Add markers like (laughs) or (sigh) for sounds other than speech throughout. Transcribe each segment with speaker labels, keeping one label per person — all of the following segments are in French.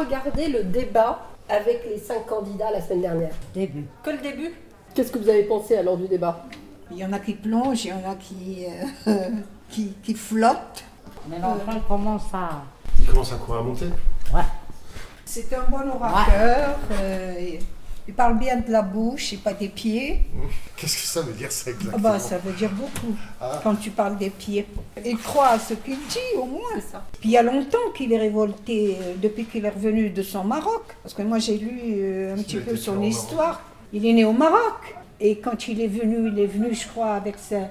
Speaker 1: Regardez le débat avec les cinq candidats la semaine dernière.
Speaker 2: Début.
Speaker 1: Que le début Qu'est-ce que vous avez pensé alors du débat
Speaker 3: Il y en a qui plongent, il y en a qui, euh, (laughs) qui, qui flottent.
Speaker 2: Mais enfin, il commence à.
Speaker 4: Il commence à quoi à monter
Speaker 2: Ouais.
Speaker 3: C'est un bon orateur. euh, il- il parle bien de la bouche et pas des pieds.
Speaker 4: Qu'est-ce que ça veut dire
Speaker 3: Ah
Speaker 4: ça exactement
Speaker 3: bah, ça veut dire beaucoup
Speaker 4: Ah.
Speaker 3: quand tu parles des pieds. Il croit à ce qu'il dit au moins. Puis il y a longtemps qu'il est révolté euh, depuis qu'il est revenu de son Maroc. Parce que moi j'ai lu euh, un
Speaker 4: Il
Speaker 3: petit
Speaker 4: a
Speaker 3: peu
Speaker 4: été tué au
Speaker 3: son
Speaker 4: Maroc.
Speaker 3: histoire. Il est né au Maroc. Et quand il est venu, il est venu je crois avec sa,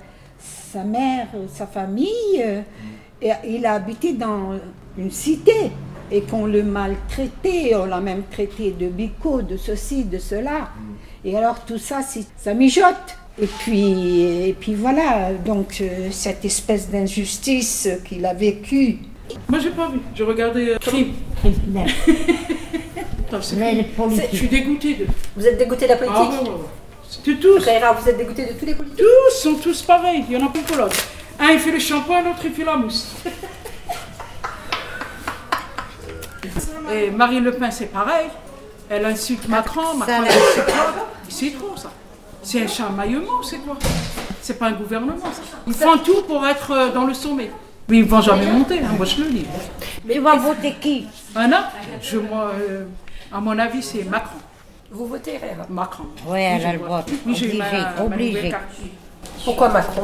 Speaker 3: sa mère, euh, sa famille. euh,
Speaker 4: Mm.
Speaker 3: Et il a habité dans une cité. Et qu'on le maltraitait, on l'a même traité de bico, de ceci, de cela.
Speaker 4: Mm.
Speaker 3: Et alors tout ça, c'est- ça mijote. Et puis, et puis voilà, donc euh, cette espèce d'injustice qu'il a vécue.
Speaker 5: Moi, j'ai pas vu. J'ai regardé. euh, Crime. (laughs)
Speaker 2: Mais
Speaker 5: Putain, c'est-
Speaker 2: mais les
Speaker 5: Je
Speaker 2: politiques.
Speaker 5: suis dégoûtée de.
Speaker 1: Vous êtes dégoûté de la
Speaker 5: Ah
Speaker 1: politique
Speaker 5: ouais, ouais, ouais. C'était tous.
Speaker 1: Ferreira, vous êtes dégoûté de tous les politiques
Speaker 5: Tous sont tous pareils. Il y en a pas pour l'autre. Un, il fait le shampoing, l'autre, il fait la mousse. Et Marine Le Pen, c'est pareil. Elle insulte Macron, Macron l'insulte pas. C'est trop, ça. C'est un chamaillement, c'est quoi C'est pas un gouvernement, ça. Ils font tout pour être euh, dans le sommet. Mais ils vont jamais monter, hein, moi je le dis.
Speaker 2: Tu vas voter qui
Speaker 5: Ah non je, moi, euh, à mon avis, c'est Macron.
Speaker 1: Vous votez Ferreira.
Speaker 5: Macron.
Speaker 2: Ouais, elle a
Speaker 5: je
Speaker 2: le
Speaker 5: vois.
Speaker 2: vote.
Speaker 5: Oui, j'ai eu ma-
Speaker 2: Obligé,
Speaker 5: ma nouvelle
Speaker 2: obligé.
Speaker 5: carte.
Speaker 1: Pourquoi Macron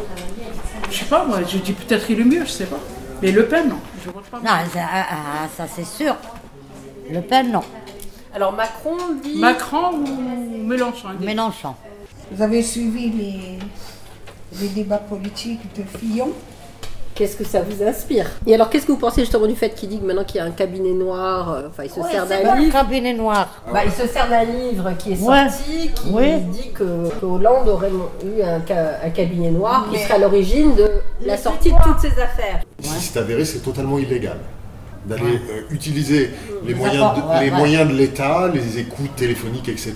Speaker 5: Je sais pas, moi, je dis peut-être il est mieux, je sais pas. Mais Le Pen, non. Je vote pas.
Speaker 2: Non, ça, ah, ah, ça, c'est sûr. Le Pen, non.
Speaker 1: Alors Macron dit...
Speaker 5: Macron ou Mélenchon il dit.
Speaker 2: Mélenchon.
Speaker 3: Vous avez suivi les, les débats politiques de Fillon
Speaker 1: Qu'est-ce que ça vous inspire Et alors qu'est-ce que vous pensez justement du fait qu'il dit que maintenant qu'il y a un cabinet noir, euh, enfin il se
Speaker 2: Ouais,
Speaker 1: sert
Speaker 2: c'est
Speaker 1: d'un
Speaker 2: pas le
Speaker 1: livre
Speaker 2: cabinet noir.
Speaker 1: Bah, il se sert d'un livre qui est
Speaker 2: Ouais.
Speaker 1: sorti, qui
Speaker 2: Oui.
Speaker 1: dit que, que Hollande aurait mon- eu un, ca- un cabinet noir qui
Speaker 3: Mais-
Speaker 1: serait à l'origine de la sortie de toutes ces affaires.
Speaker 4: Si c'est avéré, c'est totalement illégal d'aller euh, utiliser les moyens de,
Speaker 2: rapports, ouais,
Speaker 4: les
Speaker 2: ouais.
Speaker 4: moyens de l'État, les écoutes téléphoniques, etc.,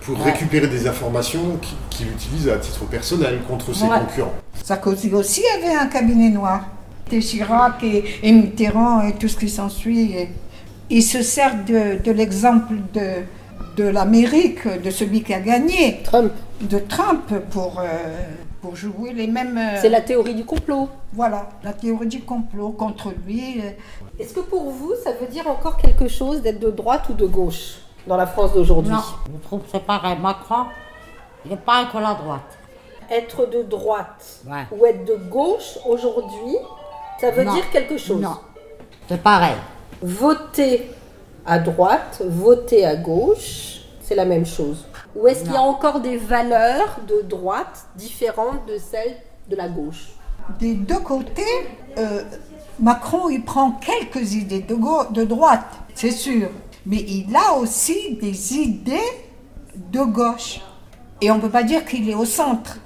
Speaker 4: pour récupérer des informations qui- qu'il utilise à titre personnel contre ses
Speaker 3: Ouais.
Speaker 4: concurrents.
Speaker 3: Sarkozy aussi avait un cabinet noir. C'était Chirac et, et Mitterrand et tout ce qui s'ensuit. Et Il se sert de, de l'exemple de, de l'Amérique, de celui qui a gagné,
Speaker 1: Trump,
Speaker 3: de Trump, pour, euh, pour jouer les mêmes... euh,
Speaker 1: c'est la théorie du complot.
Speaker 3: Voilà, la théorie du complot contre lui. euh,
Speaker 1: Est-ce que pour vous, ça veut dire encore quelque chose d'être de droite ou de gauche dans la France d'aujourd'hui
Speaker 2: Non, je trouve que c'est pareil. Macron, il est pareil que la droite.
Speaker 1: Être de droite
Speaker 2: Ouais.
Speaker 1: ou être de gauche aujourd'hui, ça veut
Speaker 2: Non.
Speaker 1: dire quelque chose.
Speaker 2: Non, c'est pareil.
Speaker 1: Voter à droite, voter à gauche, c'est la même chose. Ou est-ce qu'il y a encore des valeurs de droite différentes de celles de la gauche
Speaker 3: Des deux côtés, euh, Macron, il prend quelques idées de, gau- de droite, c'est sûr. Mais il a aussi des idées de gauche. Et on ne peut pas dire qu'il est au centre,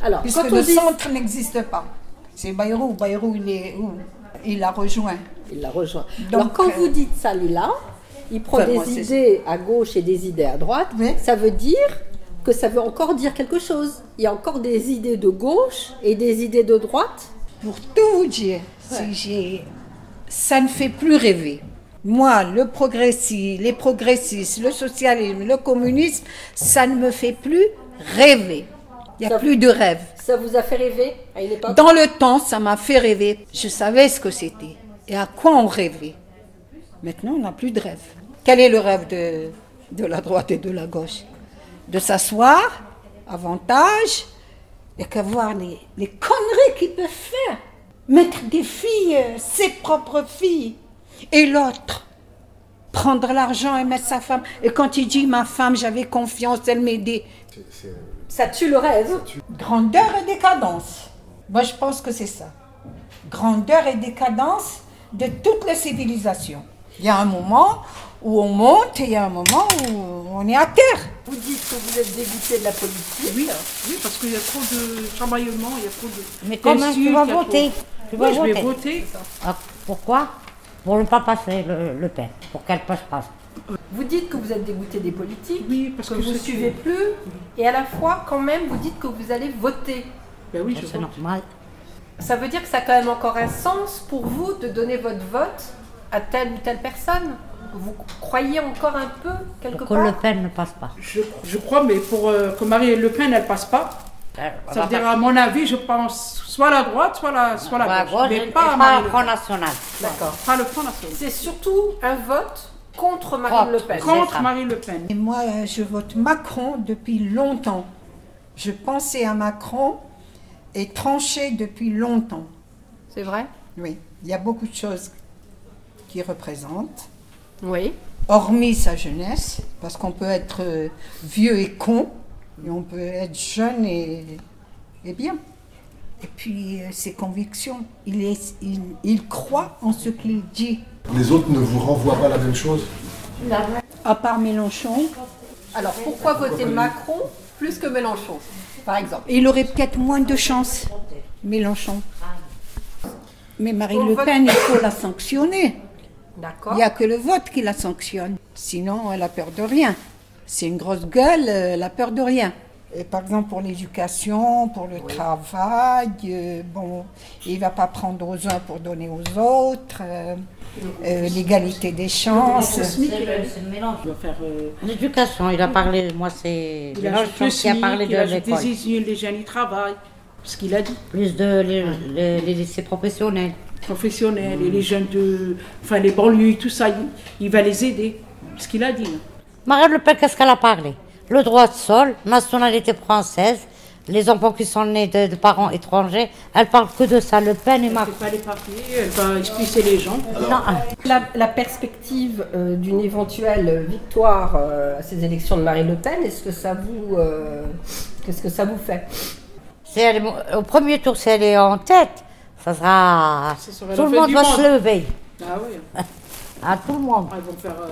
Speaker 1: Alors,
Speaker 3: puisque
Speaker 1: quand on
Speaker 3: le
Speaker 1: dit...
Speaker 3: centre n'existe pas. C'est Bayrou, Bayrou, il, est où il a rejoint.
Speaker 1: Il la rejoint.
Speaker 3: Donc,
Speaker 1: Alors quand
Speaker 3: euh,
Speaker 1: vous dites ça, Lila, il prend
Speaker 3: Enfin,
Speaker 1: des
Speaker 3: moi, c'est-
Speaker 1: idées à gauche et des idées à droite,
Speaker 3: Oui.
Speaker 1: ça veut dire que ça veut encore dire quelque chose. Il y a encore des idées de gauche et des idées de droite.
Speaker 3: Pour tout vous dire, si j'ai- ça ne fait plus rêver. Moi, le progressisme, les progressistes, le socialisme, le communisme, ça ne me fait plus rêver. Il n'y a
Speaker 1: Ça-
Speaker 3: plus de rêve.
Speaker 1: Ça vous a fait rêver à une époque
Speaker 3: Dans le temps, ça m'a fait rêver. Je savais ce que c'était et à quoi on rêvait. Maintenant, on n'a plus de rêve. Quel est le rêve de, de la droite et de la gauche De s'asseoir, avantage, et qu'à voir les, les conneries qu'ils peuvent faire. Mettre des filles, euh, ses propres filles, et l'autre. Prendre l'argent et mettre sa femme. Et quand il dit ma femme, j'avais confiance, elle m'aidait
Speaker 4: C'est- c'est-
Speaker 1: Ça tue le rêve.
Speaker 3: grandeur et décadence. Moi, je pense que c'est ça. Grandeur et décadence de toutes les civilisations. Il y a un moment où on monte et il y a un moment où on est à terre.
Speaker 1: Vous dites que vous êtes dégoûté de la politique.
Speaker 5: Oui, oui, parce qu'il y a trop de chamaillement, il y a trop de.
Speaker 2: Mais quand même,
Speaker 5: d'insultes,
Speaker 2: tu vas
Speaker 5: il y a trop-
Speaker 2: voter. Tu vas
Speaker 5: Oui, je vais
Speaker 2: voter.
Speaker 5: voter.
Speaker 2: Ah, pourquoi Pour ne pas passer le, le Pen. Pour qu'elle passe, passe.
Speaker 1: Vous dites que vous êtes dégoûté des politiques,
Speaker 5: Oui, parce
Speaker 1: que
Speaker 5: que
Speaker 1: vous
Speaker 5: c'est-
Speaker 1: suivez plus, et à la fois quand même vous dites que vous allez voter.
Speaker 5: Ben oui, je
Speaker 2: C'est
Speaker 5: vote.
Speaker 2: normal.
Speaker 1: Ça veut dire que ça a quand même encore un sens pour vous de donner votre vote à telle ou telle personne Vous croyez encore un peu quelque
Speaker 2: Pour que
Speaker 1: part
Speaker 2: Le Pen ne passe pas.
Speaker 5: Je, je crois, mais pour euh, que Marie Le Pen, elle passe pas, ça veut dire, à mon avis, je pense soit la droite, soit la, soit la
Speaker 2: Bah,
Speaker 5: gauche.
Speaker 2: gauche,
Speaker 5: mais
Speaker 2: et
Speaker 5: pas, à
Speaker 2: pas
Speaker 5: Marine
Speaker 2: le
Speaker 5: Le
Speaker 2: Front
Speaker 5: Pen.
Speaker 2: National.
Speaker 1: D'accord.
Speaker 5: Pas le Front National.
Speaker 1: C'est surtout un vote contre Marine
Speaker 2: Contre.
Speaker 1: Le Pen.
Speaker 2: Contre.
Speaker 5: Contre
Speaker 2: ça.
Speaker 5: Marine Le Pen.
Speaker 3: Et moi, euh, je vote Macron depuis longtemps. Je pensais à Macron et tranché depuis longtemps.
Speaker 1: C'est vrai
Speaker 3: Oui, il y a beaucoup de choses qui représentent,
Speaker 1: Oui.
Speaker 3: hormis sa jeunesse, parce qu'on peut être euh, vieux et con, et on peut être jeune et, et bien. Et puis euh, ses convictions, il, est, il, il croit en ce qu'il dit.
Speaker 4: Les autres ne vous renvoient pas la même chose
Speaker 3: À part Mélenchon,
Speaker 1: Alors pourquoi voter Macron plus que Mélenchon, par exemple
Speaker 3: il aurait peut-être moins de chance, Mélenchon. Mais
Speaker 1: Pour
Speaker 3: Marine
Speaker 1: le
Speaker 3: Le
Speaker 1: vote-
Speaker 3: Pen, il faut la sanctionner. Il
Speaker 1: D'accord.
Speaker 3: n'y a que le vote qui la sanctionne. Sinon, elle a peur de rien. C'est une grosse gueule, euh, elle a peur de rien. Et par exemple, pour l'éducation, pour le travail, euh, bon, il ne va pas prendre aux uns pour donner aux autres, euh, euh, l'égalité des chances.
Speaker 2: C'est le mélange.
Speaker 5: Il va faire, euh,
Speaker 2: L'éducation, il a parlé, moi c'est
Speaker 5: il ajoute
Speaker 2: Mélenchon
Speaker 5: le
Speaker 2: qui a
Speaker 5: SMIC,
Speaker 2: parlé
Speaker 5: il
Speaker 2: de
Speaker 5: ajoute
Speaker 2: l'école.
Speaker 5: des usines, les jeunes, ils travaillent. Ce qu'il a dit.
Speaker 2: Plus de les, les- les lycées professionnels.
Speaker 5: Professionnels et les jeunes de. Enfin, les banlieues, tout ça, il, il va les aider. Ce qu'il a dit. hein. là.
Speaker 2: Marine Le Pen, qu'est-ce qu'elle a parlé Le droit de sol, nationalité française, les enfants qui sont nés de, de parents étrangers, elle parle que de ça, Le Pen et
Speaker 5: Elle ne
Speaker 2: Macron.
Speaker 5: fait pas les papiers, elle va expulser les gens.
Speaker 2: Non, ah,
Speaker 1: La, la perspective euh, d'une éventuelle victoire euh, à ces élections de Marine Le Pen, est-ce que ça vous, euh, qu'est-ce que ça vous fait
Speaker 2: si elle est mo- au premier tour, si elle est en tête, ça sera.
Speaker 5: Ce
Speaker 2: Tout
Speaker 5: sera la
Speaker 2: le
Speaker 5: fête
Speaker 2: monde
Speaker 5: du
Speaker 2: va
Speaker 5: monde.
Speaker 2: se lever.
Speaker 5: Ah oui.
Speaker 2: À tout le monde.
Speaker 5: Ils vont faire euh,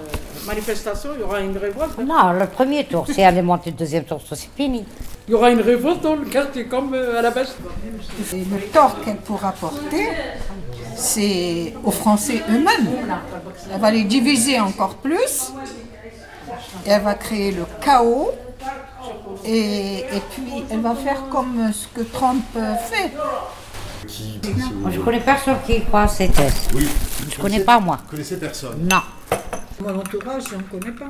Speaker 5: manifestation, il y aura une révolte. hein.
Speaker 2: Non, le premier tour, si elle est montée, le deuxième tour, ça, c'est fini.
Speaker 5: Il y aura une révolte dans le quartier comme euh, à la base.
Speaker 3: Et le tort qu'elle pourra porter, c'est aux Français eux-mêmes. Elle va les diviser encore plus. et elle va créer le chaos. Et, et puis, elle va faire comme ce que Trump euh, fait.
Speaker 4: qui.
Speaker 2: Moi, je connais personne qui croit à ces tests.
Speaker 4: Oui.
Speaker 2: Je connais pas, moi.
Speaker 4: Vous connaissez personne
Speaker 2: Non.
Speaker 3: Mon entourage, je ne connais pas.